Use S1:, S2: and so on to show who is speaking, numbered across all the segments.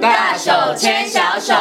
S1: 大手牵小手。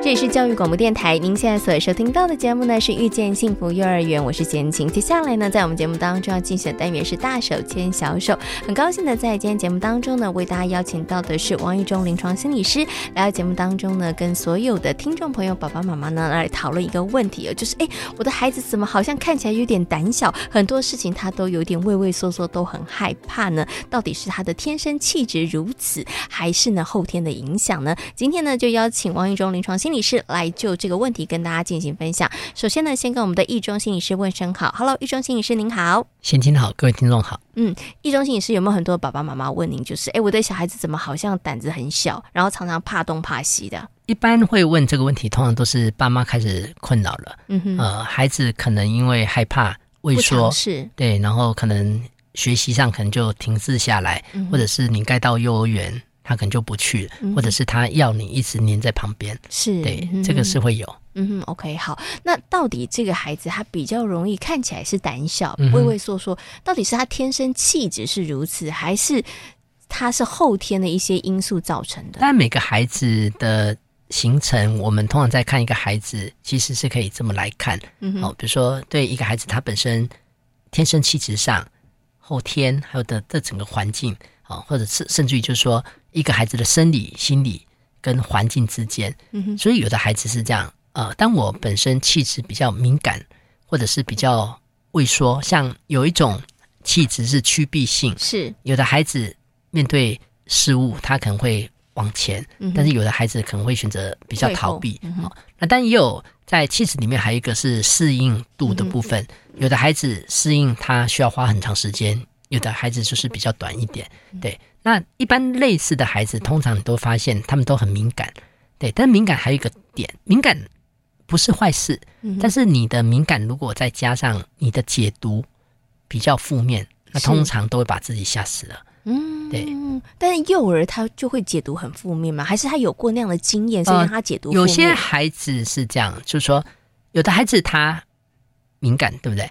S2: 这里是教育广播电台，您现在所收听到的节目呢是《遇见幸福幼儿园》，我是贤琴。接下来呢，在我们节目当中要进行的单元是“大手牵小手”。很高兴的在今天节目当中呢，为大家邀请到的是王玉忠临床心理师来到节目当中呢，跟所有的听众朋友、爸爸妈妈呢来讨论一个问题哦，就是哎，我的孩子怎么好像看起来有点胆小，很多事情他都有点畏畏缩缩，都很害怕呢？到底是他的天生气质如此，还是呢后天的影响呢？今天呢，就邀请王玉忠临床心理。理师来就这个问题跟大家进行分享。首先呢，先跟我们的易中心理师问声好，Hello，易中心理师您好，
S3: 先听好，各位听众好。
S2: 嗯，易中心理师有没有很多爸爸妈妈问您，就是哎，我的小孩子怎么好像胆子很小，然后常常怕东怕西的？
S3: 一般会问这个问题，通常都是爸妈开始困扰了，
S2: 嗯哼，
S3: 呃，孩子可能因为害怕畏
S2: 不
S3: 缩
S2: 尝，试，
S3: 对，然后可能学习上可能就停滞下来，
S2: 嗯哼
S3: 或者是你该到幼儿园，他可能就不去了，
S2: 嗯
S3: 或者是他要你一直黏在旁边，
S2: 是，
S3: 对，
S2: 嗯
S3: 这个是，会有。
S2: 嗯哼，OK，好，那到底这个孩子他比较容易看起来是胆小、
S3: 嗯哼
S2: 畏畏缩缩，到底是他天生气质是如此，还是他是后天的一些因素造成的？
S3: 但每个孩子的形成，我们通常在看一个孩子，其实是可以这么来看，
S2: 嗯哼，
S3: 哦，比如说对一个孩子他本身天生气质上、后天还有的这整个环境啊、哦，或者是甚至于就是说一个孩子的生理、心理跟环境之间，
S2: 嗯哼，
S3: 所以有的孩子是这样，呃，当我本身气质比较敏感，或者是比较畏缩，像有一种气质是趋避性，
S2: 是，
S3: 有的孩子面对事物他可能会往前，
S2: 嗯哼
S3: 但是有的孩子可能会选择比较逃避
S2: 退后嗯哼
S3: 哦。那但也有在气质里面还有一个是适应度的部
S2: 嗯
S3: 分，有的孩子适应他需要花很长时间，有的孩子就是比较短一点。
S2: 嗯
S3: 对，那一般类似的孩子，通常你都发现他们都很敏感，对，但敏感还有一个点，敏感不是坏事，
S2: 嗯哼
S3: 但是你的敏感如果再加上你的解读比较负面，那
S2: 是
S3: 通常都会把自己吓死了。
S2: 嗯，
S3: 对。
S2: 但是幼儿他就会解读很负面吗？还是他有过那样的经验，所以
S3: 呃
S2: 让他解读负面？
S3: 有些孩子是这样，就是说，有的孩子他敏感，对不对？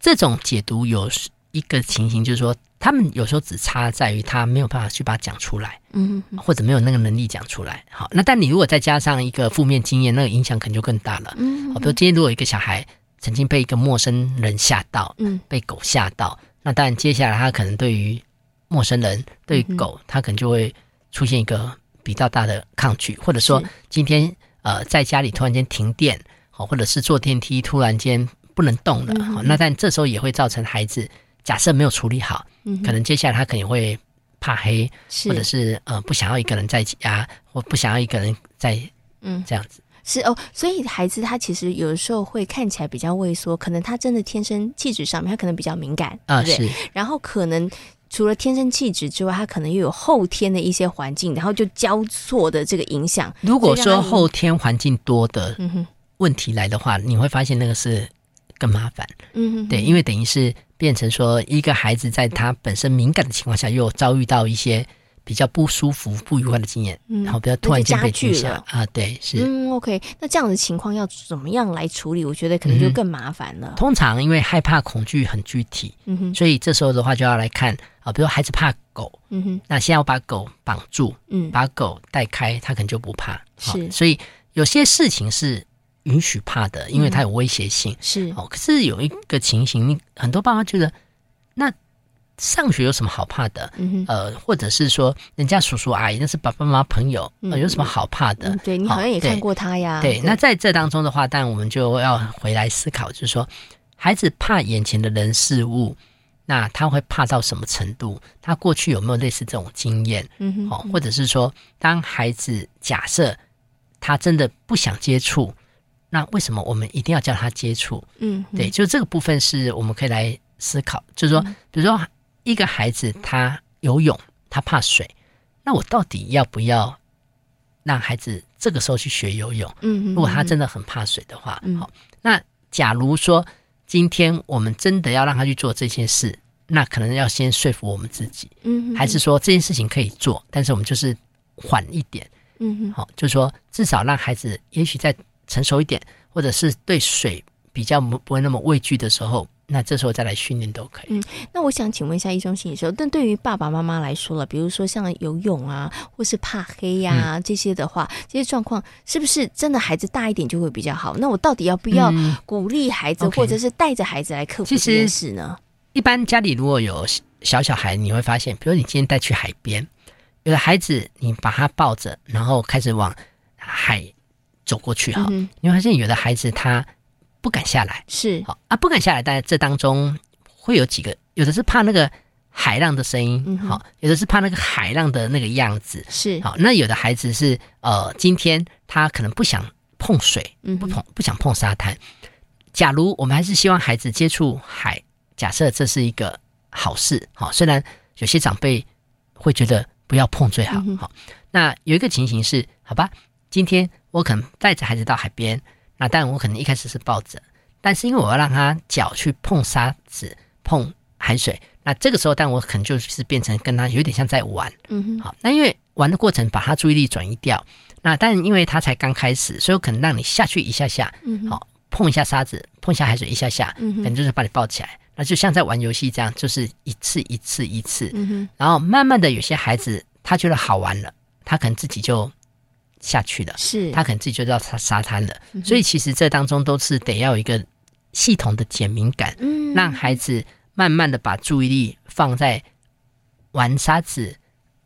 S3: 这种解读有一个情形，就是说，他们有时候只差在于他没有办法去把它讲出来，
S2: 嗯哼
S3: 或者没有那个能力讲出来。好，那但你如果再加上一个负面经验，那个影响可能就更大了。
S2: 嗯
S3: 好，比如今天如果有一个小孩曾经被一个陌生人吓到，
S2: 嗯
S3: 被狗吓到，那当然接下来他可能对于陌生人、对于
S2: 嗯
S3: 狗，他可能就会出现一个比较大的抗拒，或者说
S2: 是
S3: 今天呃在家里突然间停电，哦，或者是坐电梯突然间不能动了，
S2: 嗯
S3: 哦，那但这时候也会造成孩子假设没有处理好，
S2: 嗯哼，
S3: 可能接下来他可能会怕黑，
S2: 是
S3: 或者是呃不想要一个人在家，或不想要一个人在
S2: 嗯
S3: 这样子。
S2: 是哦，所以孩子他其实有的时候会看起来比较畏缩，可能他真的天生气质上面他可能比较敏感，
S3: 啊、
S2: 对不对？
S3: 是
S2: 然后可能。除了天生气质之外，他可能又有后天的一些环境，然后就交错的这个影响。
S3: 如果
S2: 所以让
S3: 说
S2: 他
S3: 后天环境多的
S2: 嗯哼，
S3: 问题来的话，你会发现那个是更麻烦。
S2: 嗯哼，
S3: 对，因为等于是变成说，一个孩子在他本身敏感的情况下，又遭遇到一些比较不舒服、不愉快的经验，
S2: 嗯
S3: 然后比较突然间被
S2: 那就
S3: 惊
S2: 加剧
S3: 吓
S2: 了
S3: 啊，对，是。
S2: 嗯，OK，那这样的情况要怎么样来处理？我觉得可能就
S3: 嗯哼
S2: 更麻烦了。
S3: 通常因为害怕、恐惧很具体，
S2: 嗯哼，
S3: 所以这时候的话就要来看啊，比如说孩子怕狗，
S2: 嗯哼，
S3: 那先要把狗绑住，
S2: 嗯，
S3: 把狗带开，他可能就不怕。好
S2: 是
S3: 所以有些事情是允许怕的，因为它有威胁性。
S2: 是，
S3: 哦，可是有一个情形，你很多爸妈觉得，那上学有什么好怕的？
S2: 嗯哼，
S3: 呃，或者是说人家叔叔阿姨那是爸爸妈妈朋友，呃
S2: 嗯
S3: 有什么好怕的？
S2: 嗯对啊你好像也
S3: 对
S2: 看过他呀。
S3: 对，那在这当中的话，但我们就要回来思考，就是说，孩子怕眼前的人事物，那他会怕到什么程度？他过去有没有类似这种经验？
S2: 嗯哼，
S3: 哦，或者是说，当孩子假设他真的不想接触，那为什么我们一定要叫他接触？
S2: 嗯，嗯
S3: 对，，就这个部分是我们可以来思考，就是说，比如说一个孩子他游泳，他怕水，那我到底要不要让孩子这个时候去学游泳？
S2: 嗯，
S3: 如果他
S2: 嗯
S3: 真的很怕水的话，好、
S2: 嗯
S3: 那假如说今天我们真的要让他去做这件事，那可能要先说服我们自己，
S2: 嗯，嗯
S3: 还是说这件事情可以做，但是我们就是缓一点。
S2: 嗯
S3: 好、就是说至少让孩子也许再成熟一点，或者是对水比较不不会那么畏惧的时候，那这时候再来训练都可以。
S2: 那我想请问一下，一中心理师，但对于爸爸妈妈来说了，比如说像游泳啊，或是怕黑呀、
S3: 嗯
S2: 这些的话，这些状况是不是真的孩子大一点就会比较好？那我到底要不要
S3: 嗯
S2: 鼓励孩子，
S3: OK
S2: 或者是带着孩子来克服
S3: 其
S2: 这
S3: 实
S2: 件事呢？
S3: 一般家里如果有小小孩，你会发现，比如你今天带去海边，有的孩子你把他抱着，然后开始往海走过去哈，
S2: 嗯哼，
S3: 你会发现有的孩子他不敢下来，
S2: 是
S3: 好啊，不敢下来，但这当中会有几个，有的是怕那个海浪的声音
S2: 嗯，哼
S3: 好、有的是怕那个海浪的那个样子，
S2: 是，
S3: 好，那有的孩子是呃，今天他可能不想碰水，
S2: 嗯
S3: 不
S2: 哼
S3: 碰不想碰沙滩。假如我们还是希望孩子接触海，假设这是一个好事，好，虽然有些长辈会觉得不要碰最好
S2: 嗯哼，
S3: 好、那有一个情形是，好吧，今天我可能带着孩子到海边，那但我可能一开始是抱着，但是因为我要让他脚去碰沙子、碰海水，那这个时候，但我可能就是变成跟他有点像在玩。
S2: 嗯哼，
S3: 好，那因为玩的过程把他注意力转移掉，那但因为他才刚开始，所以我可能让你下去一下下，
S2: 嗯哼，
S3: 好碰一下沙子，碰一下海水一下下，
S2: 嗯
S3: 可能
S2: 哼，
S3: 就是把你抱起来。那就像在玩游戏这样，就是一次一次一次，
S2: 嗯哼，
S3: 然后慢慢的有些孩子他觉得好玩了，他可能自己就下去了，
S2: 是，
S3: 他可能自己就到沙沙滩了。
S2: 嗯哼
S3: 所以其实这当中都是得要有一个系统的减敏感，
S2: 嗯
S3: 让孩子慢慢的把注意力放在玩沙子、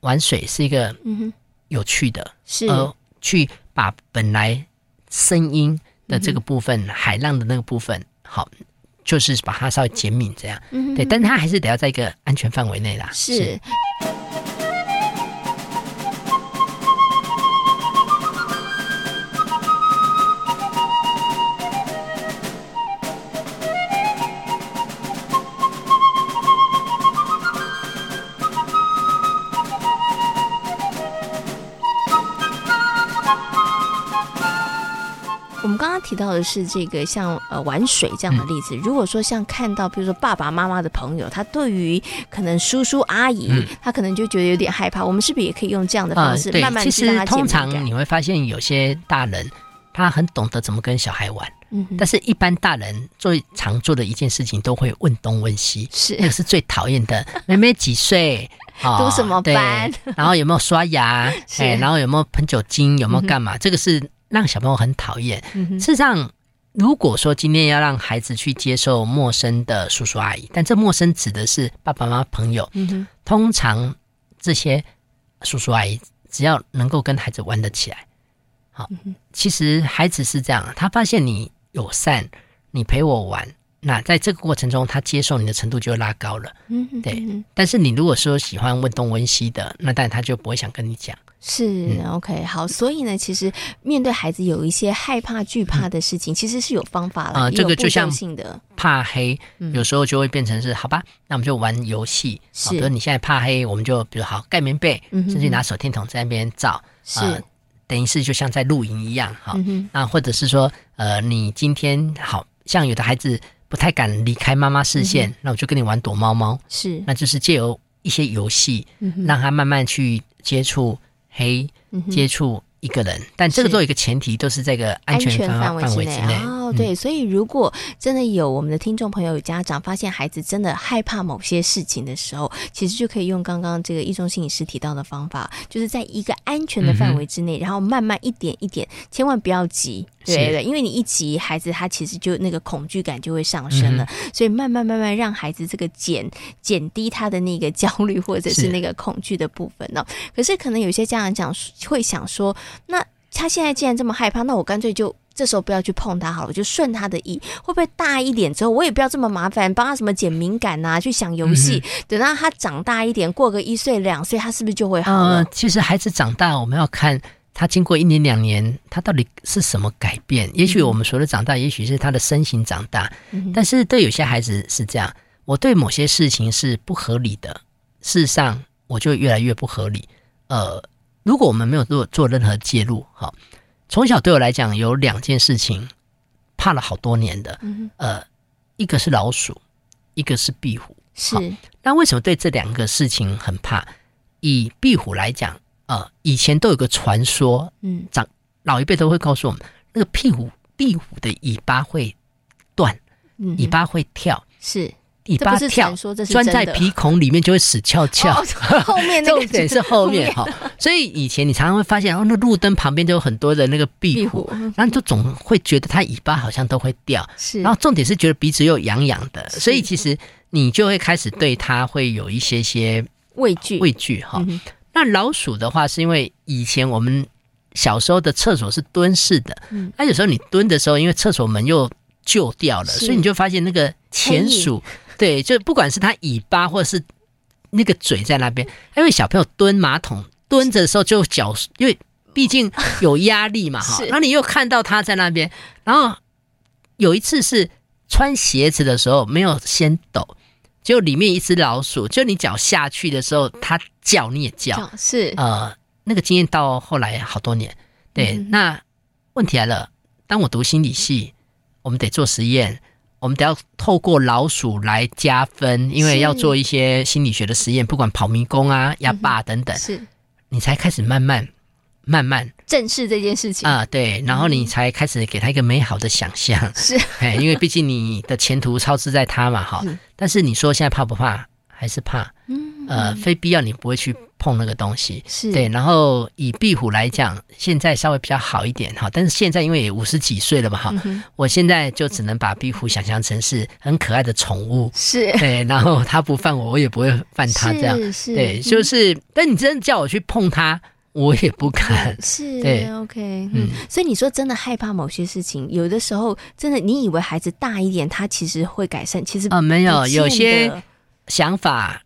S3: 玩水是一个
S2: 嗯哼
S3: 有趣的，
S2: 是，
S3: 呃，去把本来声音的
S2: 嗯
S3: 这个部分、海浪的那个部分，好，就是把它稍微减敏这样。
S2: 嗯哼
S3: 对，但它还是得要在一个安全范围内啦。
S2: 是。我们刚刚提到的是这个像呃玩水这样的例子，如果说像看到比如说爸爸妈妈的朋友，他对于可能叔叔阿姨，
S3: 嗯
S2: 他可能就觉得有点害怕，我们是不是也可以用这样的
S3: 呃
S2: 方式、
S3: 对
S2: 慢，慢
S3: 其
S2: 去让他
S3: 实
S2: 减
S3: 通
S2: 敏
S3: 常
S2: 感？
S3: 你会发现有些大人他很懂得怎么跟小孩玩，
S2: 嗯哼，
S3: 但是一般大人最常做的一件事情都会问东问西，
S2: 是
S3: 那个是最讨厌的。妹妹 几岁？哦
S2: 读什么班？
S3: 对 然后有没有刷牙？
S2: 是
S3: 哎，然后有没有喷酒精？有没有干嘛？这个是让小朋友很讨厌。
S2: 嗯哼
S3: 事实上，如果说今天要让孩子去接受陌生的叔叔阿姨，但这陌生指的是爸爸妈妈朋友，
S2: 嗯哼，
S3: 通常这些叔叔阿姨只要能够跟孩子玩得起来，好、
S2: 嗯
S3: 其实孩子是这样，他发现你友善，你陪我玩，那在这个过程中，他接受你的程度就拉高了。
S2: 嗯哼，
S3: 对
S2: 嗯哼
S3: 但是你如果说喜欢问东问西的，那当然他就不会想跟你讲。
S2: 是、
S3: 嗯
S2: OK 好，所以呢，其实面对孩子有一些害怕、惧怕的事情，其实是有方法了，
S3: 啊
S2: 也
S3: 这
S2: 有
S3: 个就
S2: 步骤
S3: 像
S2: 性的，
S3: 怕黑，
S2: 嗯
S3: 有时候就会变成是好吧，那我们就玩游戏。
S2: 是
S3: 好比如你现在怕黑，我们就比如好盖棉被，
S2: 嗯哼
S3: 甚至拿手电筒在那边照，
S2: 是、
S3: 呃等于是就像在露营一样，哈、
S2: 嗯哼，
S3: 那或者是说，呃，你今天好像有的孩子不太敢离开妈妈视线，
S2: 嗯
S3: 那我就跟你玩躲猫猫，
S2: 是，
S3: 那就是借由一些游戏，
S2: 嗯哼
S3: 让他慢慢去接触黑，
S2: 嗯哼
S3: 接触一个人。但这个
S2: 是
S3: 都有一个前提，都是在一个安全范
S2: 围
S3: 范围
S2: 内
S3: 之内。
S2: 哦，
S3: 嗯
S2: 对，所以如果真的有我们的听众朋友、有家长发现孩子真的害怕某些事情的时候，其实就可以用刚刚这个易中心理师提到的方法，就是在一个安全
S3: 嗯
S2: 的范围之内，然后慢慢一点一点，千万不要急，对
S3: 是
S2: 对对，因为你一急，孩子他其实就那个恐惧感就会上升
S3: 嗯
S2: 了，所以慢慢慢慢让孩子这个减减低他的那个焦虑或者是
S3: 是
S2: 那个恐惧的部分哦。可是可能有些家长讲会想说，那他现在既然这么害怕，那我干脆就这时候不要去碰他好了，我就顺他的意。会不会大一点之后，我也不要这么麻烦，帮他什么减敏感呐、去想游
S3: 嗯
S2: 戏？等到他长大一点，过个一岁两岁，他是不是就会好了？
S3: 呃，其实孩子长大，我们要看他经过一年两年，他到底是什么改变。也许我们说的长大，也许是他的身形长大，
S2: 嗯哼
S3: 但是对有些孩子是这样，我对某些事情是不合理的，事实上我就越来越不合理。呃，如果我们没有做做任何介入，好、从小对我来讲有两件事情怕了好多年的，
S2: 嗯哼，
S3: 呃，一个是老鼠，一个是壁虎。
S2: 是
S3: 好，那为什么对这两个事情很怕？以壁虎来讲，呃，以前都有个传说，
S2: 嗯，
S3: 老一辈都会告诉我们，那个壁虎壁虎的尾巴会断，
S2: 嗯哼
S3: 尾巴会跳，
S2: 是
S3: 尾
S2: 这不
S3: 巴
S2: 是
S3: 跳
S2: 传，说，这是
S3: 钻
S2: 真
S3: 在
S2: 的
S3: 鼻孔里面就会死翘翘。
S2: 哦，后面那个
S3: 重点是后面哈，所以以前你常常会发现，哦，那路灯旁边就有很多的那个壁
S2: 壁
S3: 虎
S2: 虎，嗯
S3: 然后你就总会觉得它尾巴好像都会掉，
S2: 是，
S3: 然后重点是觉得鼻子又痒痒的，
S2: 是
S3: 所以其实你就会开始对它会有一些些
S2: 畏惧
S3: 畏惧哈。
S2: 嗯哼
S3: 那老鼠的话，是因为以前我们小时候的厕所是蹲式的，
S2: 嗯
S3: 那有时候你蹲的时候，因为厕所门又旧掉了，
S2: 是
S3: 所以你就发现那个
S2: 黑
S3: 钱
S2: 影
S3: 鼠，对，就不管是它尾巴或者是那个嘴在那边，哎因为小朋友蹲马桶蹲着的时候就脚，因为毕竟有压力嘛哈
S2: 是，
S3: 然后你又看到它在那边，然后有一次是穿鞋子的时候没有先抖。就里面一只老鼠，就你脚下去的时候，它叫你也叫，
S2: 哦是
S3: 呃，那个经验到后来好多年。对，
S2: 嗯
S3: 那问题来了，当我读心理系，我们得做实验，我们得要透过老鼠来加分，因为
S2: 是
S3: 要做一些心理学的实验，不管跑迷宫啊、压坝等等，
S2: 是
S3: 你才开始慢慢、慢慢
S2: 正视这件事情
S3: 啊、对，然后你才开始给他一个美好的想象。
S2: 嗯 是
S3: 哎，因为毕竟你的前途超支在他嘛，哈
S2: 是。
S3: 但是你说现在怕不怕？还是怕？
S2: 嗯
S3: 呃，非必要你不会去碰那个东西。
S2: 是
S3: 对，然后以壁虎来讲，现在稍微比较好一点哈，但是现在因为也五十几岁了嘛哈，
S2: 嗯哼，
S3: 我现在就只能把壁虎想象成是很可爱的宠物
S2: 是
S3: 对，然后它不犯我，我也不会犯它这样，
S2: 是是
S3: 对，
S2: 嗯
S3: 就是，但你真的叫我去碰它，我也不敢，
S2: 是，
S3: 对
S2: o k 嗯
S3: 嗯，
S2: 所以你说真的害怕某些事情，有的时候真的，你以为孩子大一点，他其实会改善，其实
S3: 啊、没有，
S2: 不见
S3: 有些
S2: 得
S3: 想法。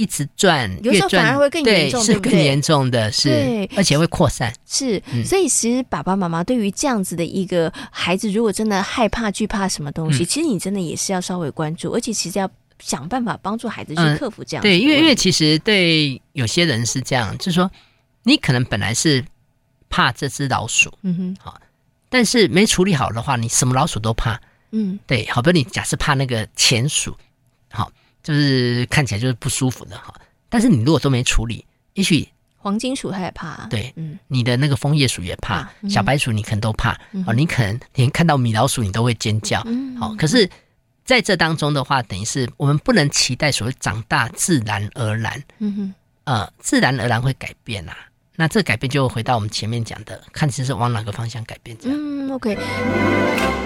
S3: 一直转，
S2: 有时候
S3: 越转
S2: 反而会更严重
S3: 对，
S2: 对
S3: 是
S2: 不对
S3: 更严重的，是
S2: 对，
S3: 而且会扩散。
S2: 是，
S3: 嗯
S2: 所以其实爸爸妈妈对于这样子的一个孩子，如果真的害怕、惧怕什么东西，
S3: 嗯
S2: 其实你真的也是要稍微关注，而且其实要想办法帮助孩子去
S3: 嗯
S2: 克服这样子的问
S3: 对，
S2: 题、
S3: 因为因为其实对有些人是这样，就是说你可能本来是怕这只老鼠，
S2: 嗯哼，
S3: 但是没处理好的话，你什么老鼠都怕。
S2: 嗯，
S3: 对，好比你假设怕那个钱鼠，好，就是看起来就是不舒服的哈。但是你如果都没处理，也许
S2: 黄金鼠害怕，
S3: 对
S2: 嗯，
S3: 你的那个枫叶鼠也怕，
S2: 啊嗯
S3: 小白鼠你可能都怕，哦，你可能连看到米老鼠你都会尖叫。
S2: 嗯
S3: 好、可是在这当中的话，等于是我们不能期待所谓长大自然而然。
S2: 嗯哼，
S3: 呃，自然而然会改变啦、那这改变就回到我们前面讲的，看其实往哪个方向改变这样。
S2: 嗯，OK。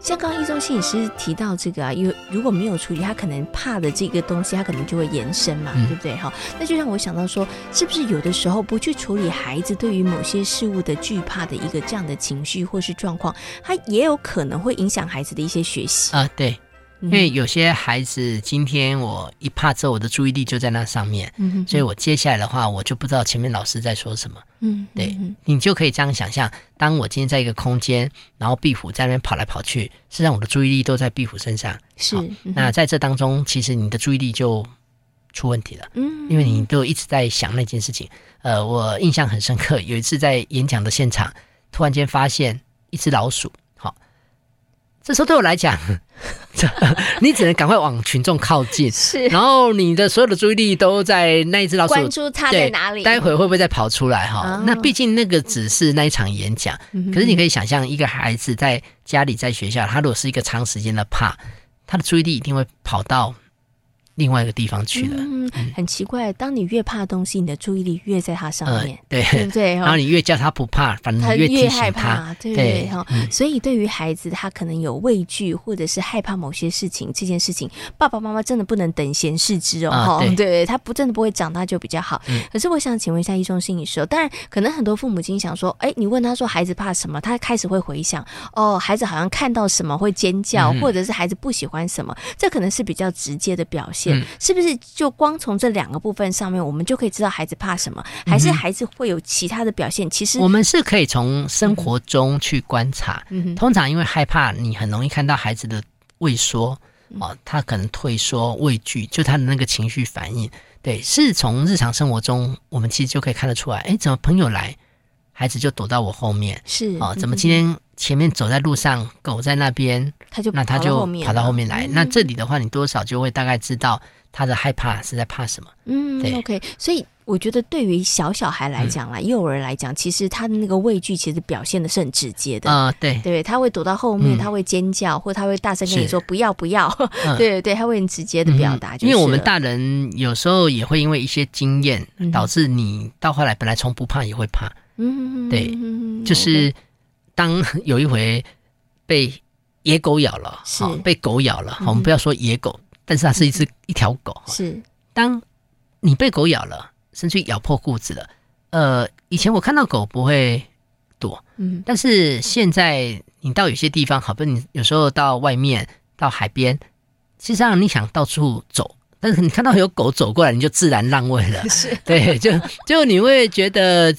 S2: 像刚刚一中心理师提到这个啊，有如果没有处理，他可能怕的这个东西，他可能就会延伸嘛，
S3: 嗯
S2: 对不对？哈，那就让我想到说，是不是有的时候不去处理孩子对于某些事物的惧怕的一个这样的情绪或是状况，他也有可能会影响孩子的一些学习。
S3: 啊、对，
S2: 因
S3: 因为有些孩子今天我一怕之后，我的注意力就在那上面，
S2: 嗯哼
S3: 所以我接下来的话，我就不知道前面老师在说什么。
S2: 嗯，
S3: 对
S2: 嗯哼
S3: 你就可以这样想象，当我今天在一个空间，然后壁虎在那边跑来跑去，事实际上我的注意力都在壁虎身上。
S2: 是
S3: 好
S2: 嗯
S3: 那在这当中，其实你的注意力就出问题了。
S2: 嗯
S3: 因为你都一直在想那件事情。呃，我印象很深刻，有一次在演讲的现场，突然间发现一只老鼠，好、这时候对我来讲， 这你只能赶快往群众靠近，
S2: 是
S3: 然后你的所有的注意力都在那一只老鼠
S2: 关注他在
S3: 对
S2: 哪里，
S3: 待会会不会再跑出来哈、
S2: 哦
S3: 那毕竟那个只是那一场演讲，
S2: 嗯哼
S3: 可是你可以想象，一个孩子在家里、在学校，他如果是一个长时间的怕，他的注意力一定会跑到另外一个地方去了。
S2: 嗯，很奇怪，当你越怕东西，你的注意力越在它上
S3: 呃
S2: 面，，
S3: 对，
S2: 对不对？
S3: 然后你越叫他不怕，反正
S2: 他
S3: 你嗯越提
S2: 害
S3: 醒
S2: 怕
S3: 他，，
S2: 对
S3: 对嗯
S2: 哈、所以对于孩子，他可能有畏惧或者是害怕某些事情，这件事情，爸爸妈妈真的不能等闲视之哦，
S3: 啊
S2: 哈、
S3: 对嗯
S2: 对，他不真的不会长大就比较好。可是我想请问一下医中心理师哦，当然可能很多父母亲想说，哎，你问他说孩子怕什么，他开始会回想，哦，孩子好像看到什么会尖叫，
S3: 嗯
S2: 或者是孩子不喜欢什么，这可能是比较直接的表现，
S3: 嗯
S2: 是不是？就光从这两个部分上面，我们就可以知道孩子怕什么，还是孩子会有其他的表现？其实
S3: 嗯我们是可以从
S2: 嗯
S3: 生活中去观察。
S2: 嗯哼
S3: 通常因为害怕，你很容易看到孩子的畏缩，
S2: 嗯
S3: 哦，他可能退缩、畏惧，就他的那个情绪反应，对，是从日常生活中我们其实就可以看得出来，哎，怎么朋友来，孩子就躲到我后面，
S2: 是嗯
S3: 哦，怎么今天前面走在路上，狗在那边，
S2: 他就
S3: 那他就跑
S2: 跑
S3: 到
S2: 到
S3: 后
S2: 后
S3: 面
S2: 面
S3: 来
S2: 了，嗯
S3: 那这里的话，你多少就会大概知道他的害怕是在怕什么。对嗯
S2: 嗯，OK，所以我觉得对于小小孩来讲啦，幼儿来讲，其实他的那个畏惧其实表现的是很直接的。
S3: 啊、对，
S2: 对，他会躲到后面，
S3: 嗯
S2: 他会尖叫，或他会大声跟你
S3: 是
S2: 说“不要，不要”
S3: 嗯
S2: 对对对，他会很直接的表达、就是
S3: 因
S2: 了。
S3: 为我们大人有时候也会因为一些经验，
S2: 嗯
S3: 导致你到后来本来从不怕也会怕，
S2: 嗯，嗯，嗯
S3: 对
S2: 嗯嗯
S3: 就是当有一回被野狗咬了，
S2: 是
S3: 哦被狗咬了，
S2: 嗯
S3: 我们不要说野狗，但是它是一只一条狗。
S2: 嗯是
S3: 当你被狗咬了，甚至咬破裤子了，呃，以前我看到狗不会躲，
S2: 嗯。
S3: 但是现在你到有些地方，好不容易你有时候到外面到海边，实际上你想到处走，但是你看到有狗走过来，你就自然让位了
S2: 是
S3: 对，就就你会觉得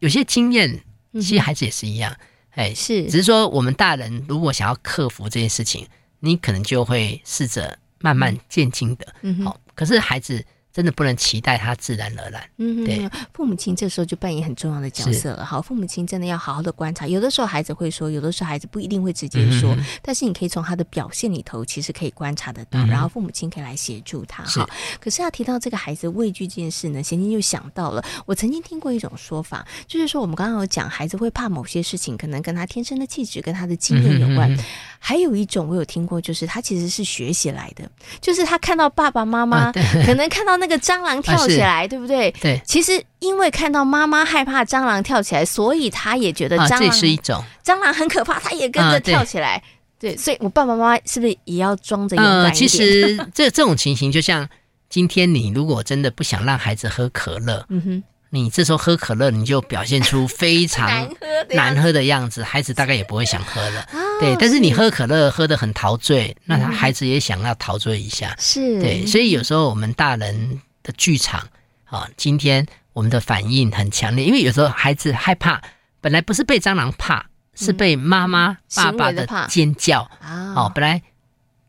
S3: 有些经验，
S2: 嗯
S3: 其实孩子也是一样，哎，
S2: 是
S3: 只是说我们大人如果想要克服这件事情，你可能就会试着慢慢渐进的。
S2: 嗯哼
S3: 好、可是孩子真的不能期待他自然而然。
S2: 嗯
S3: 对
S2: 哼，父母亲这时候就扮演很重要的角
S3: 是
S2: 色了。好，父母亲真的要好好的观察，有的时候孩子会说，有的时候孩子不一定会直接说，
S3: 嗯哼
S2: 但是你可以从他的表现里头，其实可以观察得到，
S3: 嗯哼
S2: 然后父母亲可以来协助他
S3: 是
S2: 哈。可是要提到这个孩子畏惧这件事呢，贤金就想到了，我曾经听过一种说法，就是说我们刚刚有讲，孩子会怕某些事情，可能跟他天生的气质、跟他的经验有关。
S3: 嗯哼嗯哼
S2: 还有一种我有听过，就是他其实是学习来的，就是他看到爸爸妈妈、
S3: 啊对
S2: 可能看到那个蟑螂跳起来，对不对？
S3: 啊对
S2: 其实因为看到妈妈害怕蟑螂跳起来，所以他也觉得
S3: 啊，
S2: 蟑
S3: 这
S2: 螂、
S3: 也是一种
S2: 蟑螂很可怕，他也跟
S3: 啊
S2: 着
S3: 对
S2: 跳起来。对，所以我爸爸妈妈是不是也要装着勇敢一
S3: 呃，
S2: 点？
S3: 其实这这种情形就像今天你如果真的不想让孩子喝可乐，
S2: 嗯哼，
S3: 你这时候喝可乐你就表现出 非
S2: 难
S3: 常
S2: 喝的样
S3: 难
S2: 子
S3: 喝的样子，孩子大概也不会想喝了。
S2: 啊嗯
S3: 对，但是你喝可乐喝得很陶醉，那他孩子也想要陶醉一下。
S2: 是
S3: 对，所以有时候我们大人的剧场啊，今天我们的反应很强烈，因为有时候孩子害怕，本来不是被蟑螂怕，
S2: 嗯
S3: 是被妈妈、爸
S2: 行
S3: 爸
S2: 为的怕
S3: 尖叫
S2: 啊
S3: 哦。本来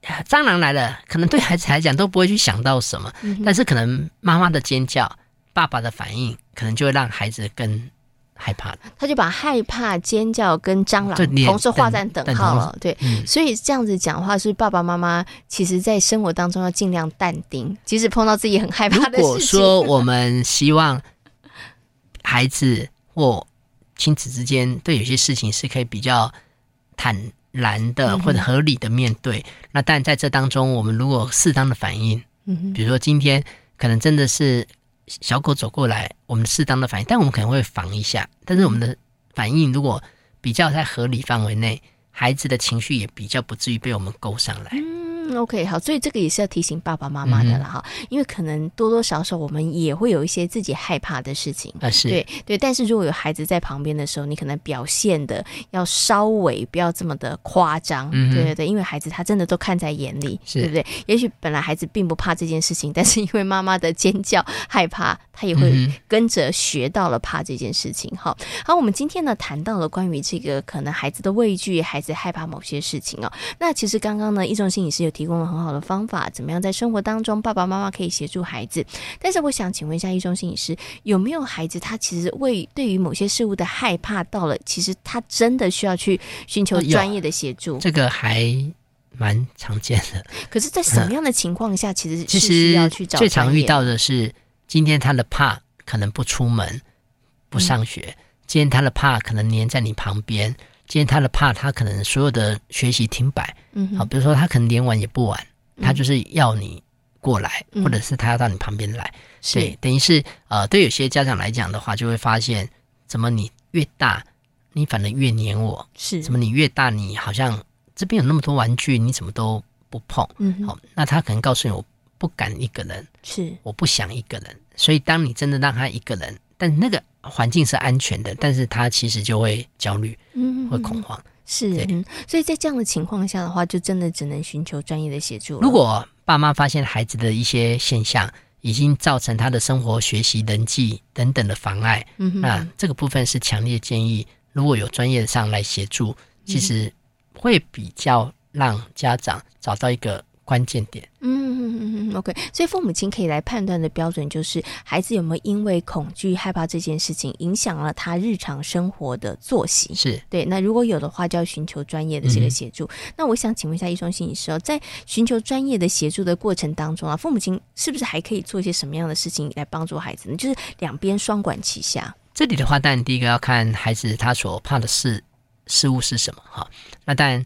S3: 啊蟑螂来了，可能对孩子来讲都不会去想到什么，
S2: 嗯哼
S3: 但是可能妈妈的尖叫、爸爸的反应，可能就会让孩子更害怕。
S2: 他就把害怕、尖叫跟蟑螂
S3: 就连
S2: 同时画上
S3: 等
S2: 等号
S3: 等
S2: 了。对，
S3: 嗯，
S2: 所以这样子讲话，是爸爸妈妈其实在生活当中要尽量淡定，即使碰到自己很害
S3: 如
S2: 怕的事情。
S3: 果说我们希望孩子或亲子之间对有些事情是可以比较坦然的
S2: 嗯哼
S3: 或者合理的面对，那但在这当中，我们如果适当的反应，
S2: 嗯哼，
S3: 比如说今天可能真的是小狗走过来，我们适当的反应，但我们可能会防一下，但是我们的反应如果比较在合理范围内，孩子的情绪也比较不至于被我们勾上来。
S2: 嗯，OK，好，所以这个也是要提醒爸爸妈妈
S3: 嗯
S2: 的了哈，因为可能多多少少我们也会有一些自己害怕的事情。
S3: 啊，是
S2: 对对，但是如果有孩子在旁边的时候，你可能表现的要稍微不要这么的夸张，
S3: 嗯哼
S2: 对对对，因为孩子他真的都看在眼里，
S3: 是
S2: 对不对？也许本来孩子并不怕这件事情，但是因为妈妈的尖叫害怕，他也会
S3: 嗯哼
S2: 跟着学到了怕这件事情。哈、好，我们今天呢谈到了关于这个可能孩子的畏惧，孩子害怕某些事情哦。那其实刚刚呢，易中心也是有提供了很好的方法，怎么样在生活当中爸爸妈妈可以协助孩子。但是我想请问一下，易中心医师，有没有孩子他其实为对于某些事物的害怕到了，其实他真的需要去寻求
S3: 呃有
S2: 专业的协助？
S3: 这个还蛮常见的。
S2: 可是，在什么样 的情况下，其实
S3: 其
S2: 是需要
S3: 实
S2: 去找
S3: 最常
S2: 专业
S3: 遇到的是，今天他的怕可能不出门、
S2: 嗯
S3: 不上学；今天他的怕可能黏在你旁边；今天他的怕，他可能所有的学习停摆。
S2: 嗯
S3: 好，
S2: 哼
S3: 比如说他可能连玩也不玩，他就是要你过来，
S2: 嗯
S3: 或者是他要到你旁边来。对
S2: 是，
S3: 等于是呃，对有些家长来讲的话，就会发现，怎么你越大，你反而越黏我；
S2: 是
S3: 怎么你越大，你好像这边有那么多玩具，你怎么都不碰？
S2: 嗯哼
S3: 好，那他可能告诉你，我不敢一个人，
S2: 是
S3: 我不想一个人。所以，当你真的让他一个人，但那个环境是安全的，但是他其实就会焦虑，
S2: 嗯
S3: 会恐慌。
S2: 是
S3: 对，
S2: 嗯，所以在这样的情况下的话，就真的只能寻求专业的协助了。
S3: 如果爸妈发现孩子的一些现象，已经造成他的生活、学习、人际等等的妨碍，
S2: 嗯哼
S3: 那这个部分是强烈建议，如果有专业
S2: 嗯
S3: 上来协助，其实会比较让家长找到一个关键点。
S2: 嗯嗯嗯嗯，OK，所以父母亲可以来判断的标准就是孩子有没有因为恐惧、害怕这件事情影响了他日常生活的作息。
S3: 是
S2: 对，那如果有的话，就要寻求专业的这个
S3: 嗯
S2: 协助。那我想请问一下，医生心理师哦，在寻求专业的协助的过程当中啊，父母亲是不是还可以做一些什么样的事情来帮助孩子呢？就是两边双管齐下。
S3: 这里的话，当然第一个要看孩子他所怕的事事物是什么哈。那当然，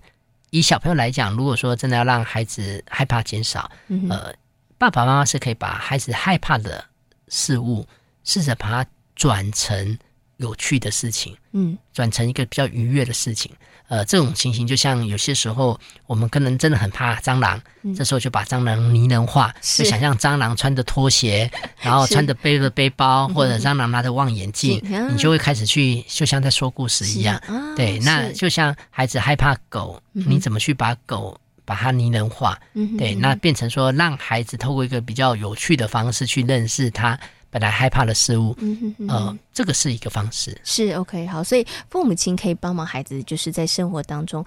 S3: 以小朋友来讲，如果说真的要让孩子害怕减少，
S2: 嗯哼，
S3: 呃，爸爸妈妈是可以把孩子害怕的事物，试着把它转成有趣的事情。
S2: 嗯
S3: 转成一个比较愉悦的事情。呃，这种情形就像有些时候我们可能真的很怕蟑螂，
S2: 嗯
S3: 这时候就把蟑螂拟人化，
S2: 是
S3: 就想象蟑螂穿着 拖鞋，然后
S2: 是
S3: 穿着背着背包，或者蟑螂拿着望远镜，
S2: 是啊
S3: 你就会开始去，就像在说故事一样。
S2: 是啊
S3: 对，那
S2: 是
S3: 就像孩子害怕狗，
S2: 嗯哼
S3: 你怎么去把狗把它拟人化？
S2: 嗯哼
S3: 对，
S2: 嗯
S3: 那
S2: 哼
S3: 变成说让孩子透过一个比较有趣的方式去认识他本来害怕的事物。
S2: 嗯哼嗯哼
S3: 呃，这个是一个方式。
S2: 是 OK 好，所以父母亲可以帮忙孩子，就是在生活当中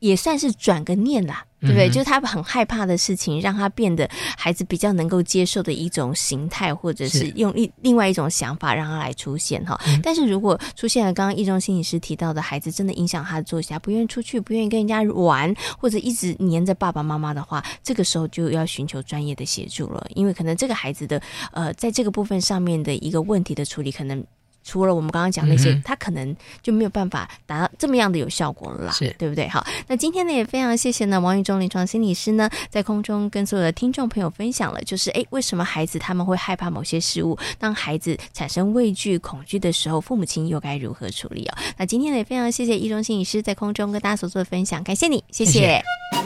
S2: 也算是转个念啦，对不对？
S3: 嗯哼
S2: 就是他很害怕的事情，让他变得孩子比较能够接受的一种形态，或者是
S3: 是嗯
S2: 用另另外一种想法让他来出现哈。但是如果出现了刚刚易中心理师提到的孩子真的影响他的作息，他不愿意出去，不愿意跟人家玩，或者一直黏着爸爸妈妈的话，这个时候就要寻求专业的协助了，因为可能这个孩子的呃，在这个部分上面的一个问题的处理，可能除了我们刚刚讲那些，
S3: 嗯哼
S2: 他可能就没有办法达到这么样的有效果了啦，
S3: 是
S2: 对不对？好，那今天呢也非常谢谢呢王宇中临床心理师呢，在空中跟所有的听众朋友分享了，就是诶，为什么孩子他们会害怕某些事物？当孩子产生畏惧、恐惧的时候，父母亲又该如何处理哦？那今天呢也非常谢谢易中心理师在空中跟大家所做的分享，感谢你，谢
S3: 谢谢